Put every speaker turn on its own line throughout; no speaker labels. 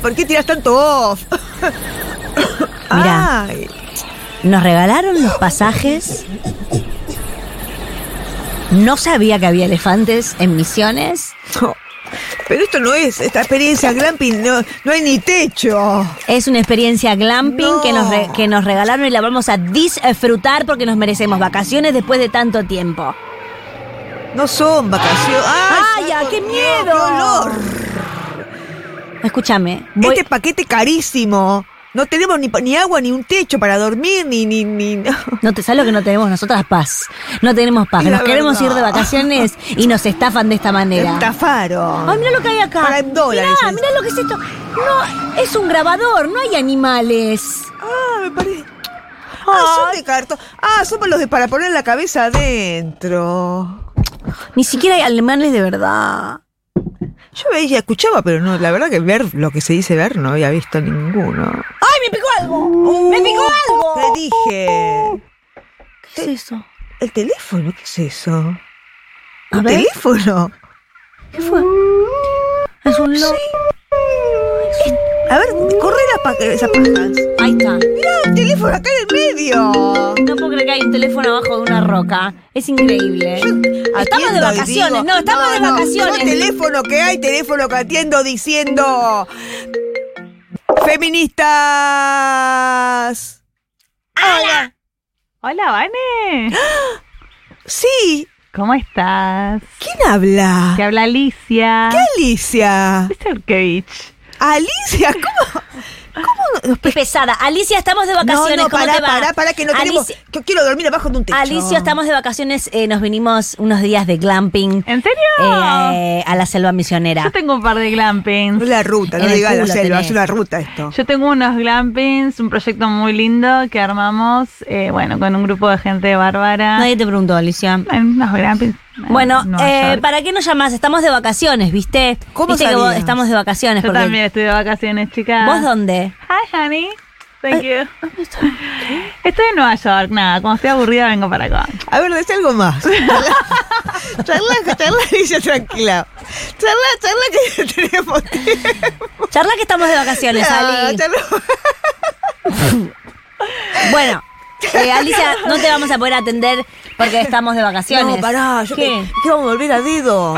¿por qué tiras tanto off?
Mirá.
Ay,
Nos regalaron los pasajes. No sabía que había elefantes en misiones.
no. Pero esto no es, esta experiencia glamping, no, no hay ni techo.
Es una experiencia glamping
No.
que, nos re- que nos regalaron y la vamos a disfrutar porque nos merecemos vacaciones después de tanto tiempo.
No son vacaciones.
¡Ay, ya,
santo
qué
Dios,
miedo!
¡Qué olor!
Escúchame, voy-
Este paquete carísimo. No tenemos ni, pa- ni agua, ni un techo para dormir, ni... ni, ni no.
no te sabes lo que no tenemos nosotras paz. No tenemos paz.
La
Nos queremos
verdad.
ir de vacaciones y nos estafan de esta manera.
Estafaron.
Ay, mira lo que hay acá.
Para en dólares
Mirá,
es.
mirá lo que es esto. No, es un grabador, no hay animales.
Ah, me parece... Ah, son de cartón. Ah, somos los de para poner la cabeza adentro.
Ni siquiera hay alemanes de verdad.
Yo veía, escuchaba, pero no, la verdad que ver lo que se dice ver no había visto ninguno.
¡Ay, me picó algo! ¡Me picó algo!
Te dije.
¿Qué es eso?
¿El teléfono? ¿Qué es eso?
A
¿El
ver.
teléfono?
¿Qué fue? Es un lobo.
A ver, corre las pa- esas pajas.
Ahí está.
Mirá, un teléfono acá en el medio.
No puedo creer que hay un teléfono abajo de una roca. Es increíble. Ah, ¿eh? Estamos
Atiendo
de
y
vacaciones,
digo,
no, estamos de
no,
vacaciones.
yo teléfono que hay, teléfono que atiendo diciendo. ¡Feministas! ¡Hola!
Hola, Vane.
Sí,
¿Cómo estás?
¿quién habla?
Te habla Alicia.
Alicia.
Serkevich.
Alicia, ¿cómo?
Qué pesada. Alicia, estamos de vacaciones.
no, no,
¿Cómo
pará,
te va?
pará, pará, que no tenemos.
Alicia-
Que quiero dormir abajo de un techo.
Alicia, estamos de vacaciones. eh, nos vinimos unos días de glamping
¿En
eh,
serio?
eh, a la selva misionera.
Yo tengo un par de
No es
glampings.
la ruta, no
En el
digas la
culo
selva,
tenés.
es una ruta esto.
Yo tengo unos glampings, un proyecto muy lindo que armamos, eh, bueno, con un grupo de gente de bárbara.
Nadie te preguntó, Alicia.
En unos glampings. en
Bueno,
Nueva
eh,
York.
¿para qué nos llamás? Estamos de vacaciones, ¿viste?
¿Cómo
Viste que
sabías?
vos estamos de vacaciones.
Yo
porque-
también estoy de vacaciones, chicas.
¿Vos dónde? Eh,
Hi, honey. Thank you. Estoy en Nueva York, nada. Cuando estoy aburrida vengo para acá.
A ver, decía algo más. Charla, charla, charla, Alicia, tranquila. Charla, charla que tenemos Ah, tiempo.
Charla que estamos de vacaciones, Ali.
Charla-
Bueno, eh, Alicia, no te vamos a poder atender porque estamos de vacaciones.
No, pará, yo
¿Qué?
Que, que vamos a volver a dedo.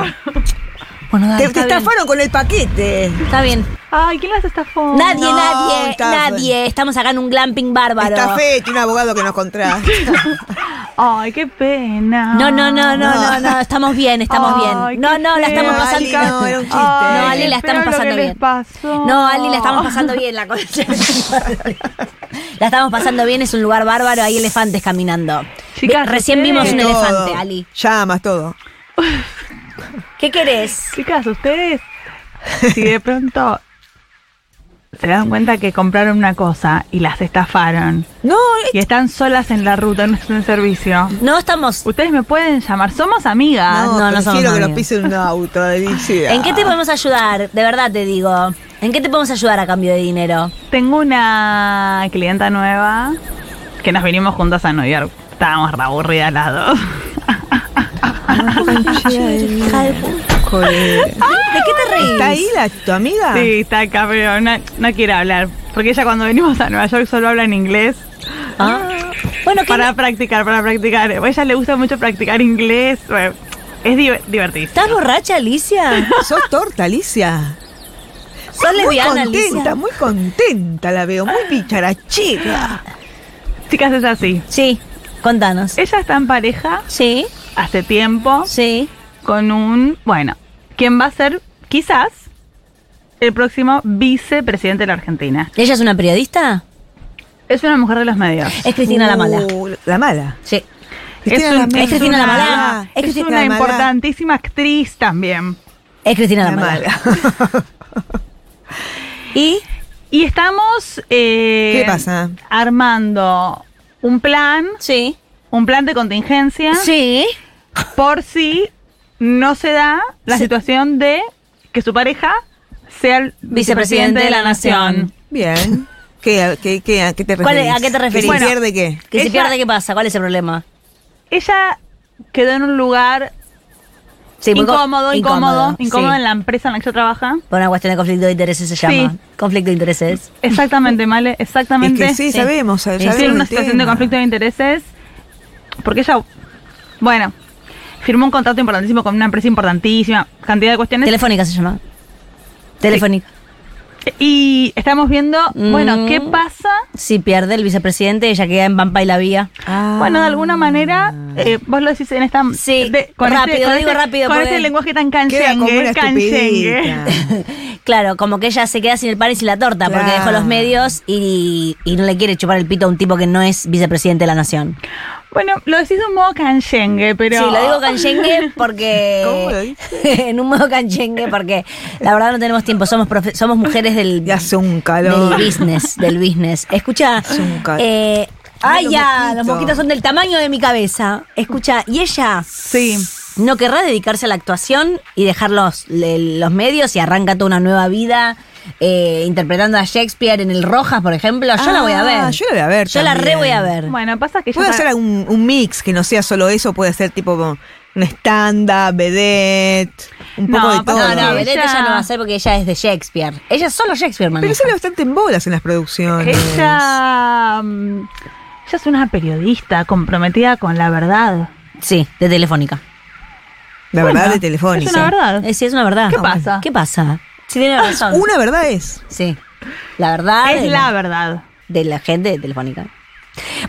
Bueno, dale,
Te, te
está, bien,
estafaron con el paquete.
está bien.
Ay, ¿quién las estafó?
Nadie,
no,
nadie,
está
nadie. Estamos acá en un glamping bárbaro.
Está fe, tiene un abogado que nos contrata.
Ay, qué pena.
No, no, no, no,
No.
no, no, estamos bien, estamos
Ay,
bien. No,
qué
no, la estamos
feo,
pasando
Ali, no, era un chiste.
No, Ali, la
qué
estamos
feo lo
pasando
que les
bien.
pasó.
No, Ali, la estamos pasando bien, la concha. La estamos pasando bien, es un lugar bárbaro, hay elefantes caminando.
Chicas,
Ve- recién vimos
ustedes-
un
Todo.
elefante, Ali.
Llamas, todo.
¿Qué querés?
Chicas, ustedes, si de pronto se dan cuenta que compraron una cosa y las estafaron
No,
y están solas en la ruta, no están en servicio,
No estamos.
ustedes me pueden llamar. Somos amigas.
Ah, no, no somos
prefiero que
amigas.
nos pisen un auto, Alicia.
¿En qué te podemos ayudar? De verdad te digo. ¿En qué te podemos ayudar a cambio de dinero?
Tengo una clienta nueva que nos vinimos juntas a New York. Estábamos re aburridas las dos.
Hija de puta.
Joder.
¿De qué te reís?
¿Está ahí la, tu
Ah.
amiga?
Sí, está acá, pero no, no quiere hablar. Porque ella cuando venimos a Nueva York solo habla en inglés.
Ah. Bueno, ¿qué
Para practicar, para practicar. A ella le gusta mucho practicar inglés. Bueno, es di- divertido.
¿Estás borracha, Alicia?
¿Sos torta, Alicia?
¿Sos
muy
lesbiana,
contenta,
Alicia?
muy contenta la veo, muy bicharachera.
Chicas, es así.
Sí, contanos.
Eh.
Ella está en pareja
Sí,
hace tiempo
sí.
con un, bueno, quien va a ser quizás el próximo vicepresidente de la Argentina.
¿Ella es una periodista?
Es una mujer de los medios.
Es Cristina la Mala.
Uh, la mala.
Sí.
Cristina
un-
la Mala.
es Cristina
una-
la Mala.
Es,
Cristina
una
la Mala.
importantísima actriz también.
Es Cristina la,
La
Mala.
mala.
¿Y?
Y estamos eh,
¿Qué pasa?
armando un plan,
Sí.
un plan de contingencia.
Sí.
por si no se da la
Sí.
situación de que su pareja sea el vicepresidente de la nación.
Bien. ¿Qué, qué, qué, ¿A qué te
¿Cuál es-
referís?
a qué te referís?
¿Que se
Bueno.
pierde qué?
Que se
Ella-
pierde, ¿qué pasa? ¿Cuál es el problema?
Ella quedó en un lugar
Sí, muy co-
incómodo, incómodo, incómodo,
sí.
en la empresa en la que yo trabaja.
Por una cuestión de conflicto de intereses se llama.
Sí.
Conflicto de intereses.
Exactamente, Male,
Es
exactamente.
que sí,
Sí.
sabemos. sabemos
Sí,
Estoy en una
el
situación de
tema.
conflicto de intereses porque ella, bueno, firmó un contrato importantísimo con una empresa importantísima, cantidad de cuestiones.
Telefónica se llama. Telefónica.
y estamos viendo, bueno,
Mm.
¿qué pasa?
Si pierde el vicepresidente, ella queda en Pampa y la Vía.
Ah.
Bueno, de alguna manera, eh, vos lo decís en esta...
Sí,
de- este
rápido, digo rápido,
Con
porque
este lenguaje tan
Queda como
canchengue,
una
canchengue.
estupidita.
Claro, como que ella se queda sin el pan y sin la torta porque
Claro.
dejó los medios y, y no le quiere chupar el pito a un tipo que no es vicepresidente de la nación.
Bueno, lo decís de un modo canchengue, pero...
Sí, lo digo canchengue
¿Cómo lo
porque... en un modo canchengue porque la verdad no tenemos tiempo, somos profe- somos mujeres del,
Y hace un calor.
del business, del business. Escucha,
Es un ca-
eh,
Mirá
ay
los
ya,
mosquitos.
los mosquitos son del tamaño de mi cabeza. Escucha, y ella
Sí.
no querrá dedicarse a la actuación y dejar los, le- los medios y arranca toda una nueva vida eh, interpretando a Shakespeare en el Rojas, por ejemplo. Yo la voy a
Ah,
ver.
yo la voy a ver
Yo la re
también.
voy a ver.
Bueno, pasa que yo...
Puede hacer algún un mix que no sea solo eso, puede ser tipo como un stand-up, vedette, un
No,
poco de
pero
todo.
no, no,
ella-
Belén ella no va a hacer porque ella es de Shakespeare. Ella es solo Shakespeare, man.
Pero sale bastante en bolas en las producciones.
Ella... mm, Ella es una periodista comprometida con la verdad.
Sí, de Telefónica.
La verdad
Bueno,
de telefónica.
Es una verdad.
Eh, sí, es una verdad.
¿Qué
Ah, bueno.
pasa?
¿Qué pasa? Sí, tiene razón.
Una verdad es.
Sí. La verdad de
Es la verdad.
de la gente de Telefónica.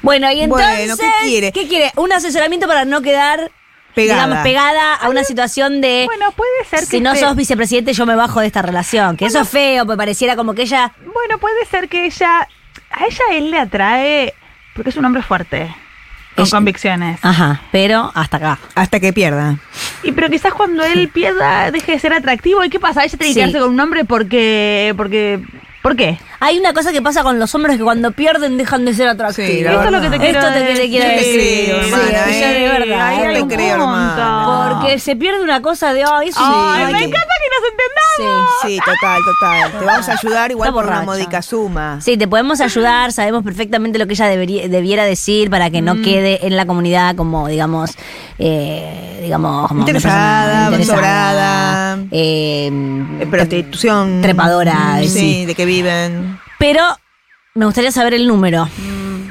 Bueno, y
Bueno,
entonces,
¿qué quiere?
¿qué quiere? Un asesoramiento para no quedar
Pegada.
digamos, pegada a una situación de
Bueno, puede ser que...
Eh, si no
esté-
sos vicepresidente yo me bajo de esta relación. Que eso es feo, porque pareciera como que ella...
Bueno, puede ser que ella. A ella él le atrae. Porque es un hombre fuerte. Con
Ella-
convicciones.
Ajá, pero hasta acá.
Hasta que pierda.
Y pero quizás cuando él pierda, deje de ser atractivo. ¿Y qué pasa? Ella tiene que
Sí.
quedarse con un hombre porque. porque. ¿Por qué?
Hay una cosa que pasa con los hombres que cuando pierden dejan de ser atractivos.
Sí, la
Esto es lo que te
verdad.
quiero
Esto te
decir.
quiero
Yo te
decir.
creo,
Sí,
hermana,
yo de
eh.
verdad.
Yo
hay
te
un
creo,
punto.
hermana.
Porque se pierde una cosa de... Ay, eso
Ay,
sí.
me encanta que nos entendamos.
Sí.
Sí, total, total. Te vamos a ayudar igual
Está
por una
borracha.
módica suma.
Sí, te podemos ayudar, sabemos perfectamente lo que ella debería- debiera decir para que no quede en la comunidad como, digamos, eh, digamos, como una
Interesada,
persona
sobrada.
eh,
Eh, prostitución.
Trepadora,
Mm, Sí,
sí.
de que viven.
pero me gustaría saber el número.
Mm.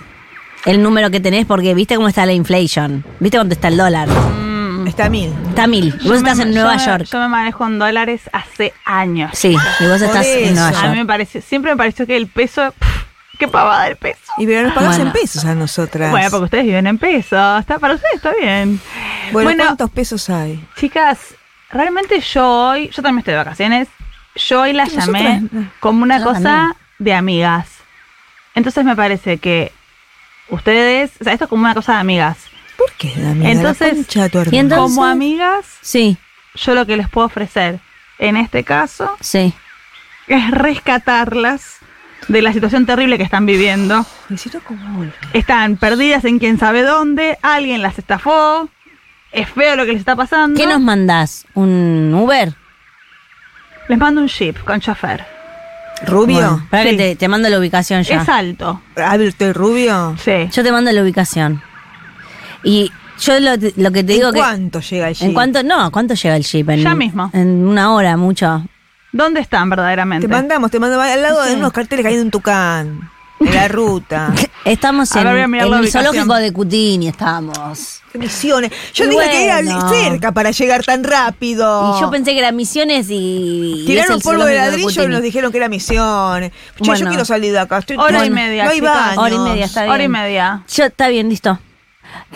El número que tenés, porque viste cómo está la inflation, viste cuánto está el dólar. Mm.
Está a mil.
Está a mil. Y
Yo
vos estás
me-
en
yo
Nueva
me-
York.
Yo me manejo en dólares hace años.
Sí, y vos estás en
eso.
Nueva
A mí
York.
me pareció. Siempre me pareció que el peso. pff, ¡Qué pavada el peso!
Y pero nos pagás
Bueno.
en pesos a nosotras.
Bueno, porque ustedes viven en pesos. Está, para ustedes está bien.
Bueno, ¿cuántos pesos hay?
Chicas, realmente yo hoy, yo también estoy de vacaciones, yo hoy la llamé
Nosotras.
como una
Yo
cosa
también.
de amigas. Entonces me parece que ustedes, o sea, esto es como una cosa de amigas.
¿Por qué, Damián?
Entonces-
¿Y entonces?
Como amigas,
Sí,
yo lo que les puedo ofrecer en este caso
sí.
es rescatarlas de la situación terrible que están viviendo.
Me siento como...
Están perdidas en quién sabe dónde, alguien las estafó, es feo lo que les está pasando.
¿Qué nos mandás? ¿Un Uber?
Les mando un ship con chofer.
¿Rubio?
Bueno, pará que
Sí.
te, te mando la ubicación ya.
Es alto.
¿Alto y rubio?
Sí.
Yo te mando la ubicación. Y yo lo, lo que te digo
¿En
que.
cuánto llega el
¿En
jeep?
cuánto? No, ¿cuánto llega el jeep? En,
Ya mismo.
En una hora, mucho.
¿Dónde están verdaderamente?
Te mandamos, te mandamos al lado de unos carteles que hay de un tucán. En la ruta.
Estamos
A
en,
ver, Ah. voy a mirar
en
la
el
ubicación.
zoológico de Cutini, estamos.
Qué Misiones. Yo
Y
dije que era
bueno.
cerca para llegar tan rápido.
Y yo pensé que eran misiones y. y
Tiraron
es el
polvo de
zoológico
ladrillo y
Cutini.
nos dijeron que era misión. Che,
Bueno.
yo quiero salir de acá. Estoy
Hora y
no-
media,
No hay
chicas.
baños.
Hora y media, está bien.
Hora y media.
Yo, está bien, listo.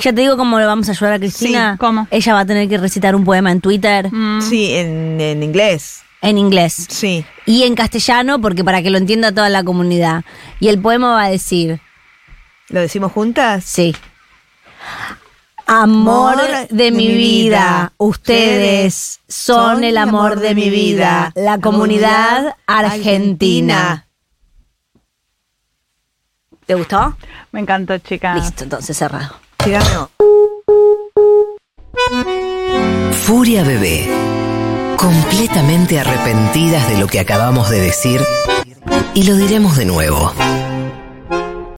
Ya te digo cómo le vamos a ayudar a Cristina.
Sí, ¿cómo?
Ella va a tener que recitar un poema en Twitter,
Mm.
Sí, en, en inglés.
en inglés.
Sí.
y en castellano porque para que lo entienda toda la comunidad. Y el poema va a decir,
¿Lo decimos juntas?
sí. Amor de mi vida, ustedes son el amor de mi vida, la comunidad argentina. ¿Te gustó?
Me encantó, chicas.
Listo, entonces cerrado.
Llegamos.
Furia Bebé. Completamente arrepentidas de lo que acabamos de decir y lo diremos de nuevo.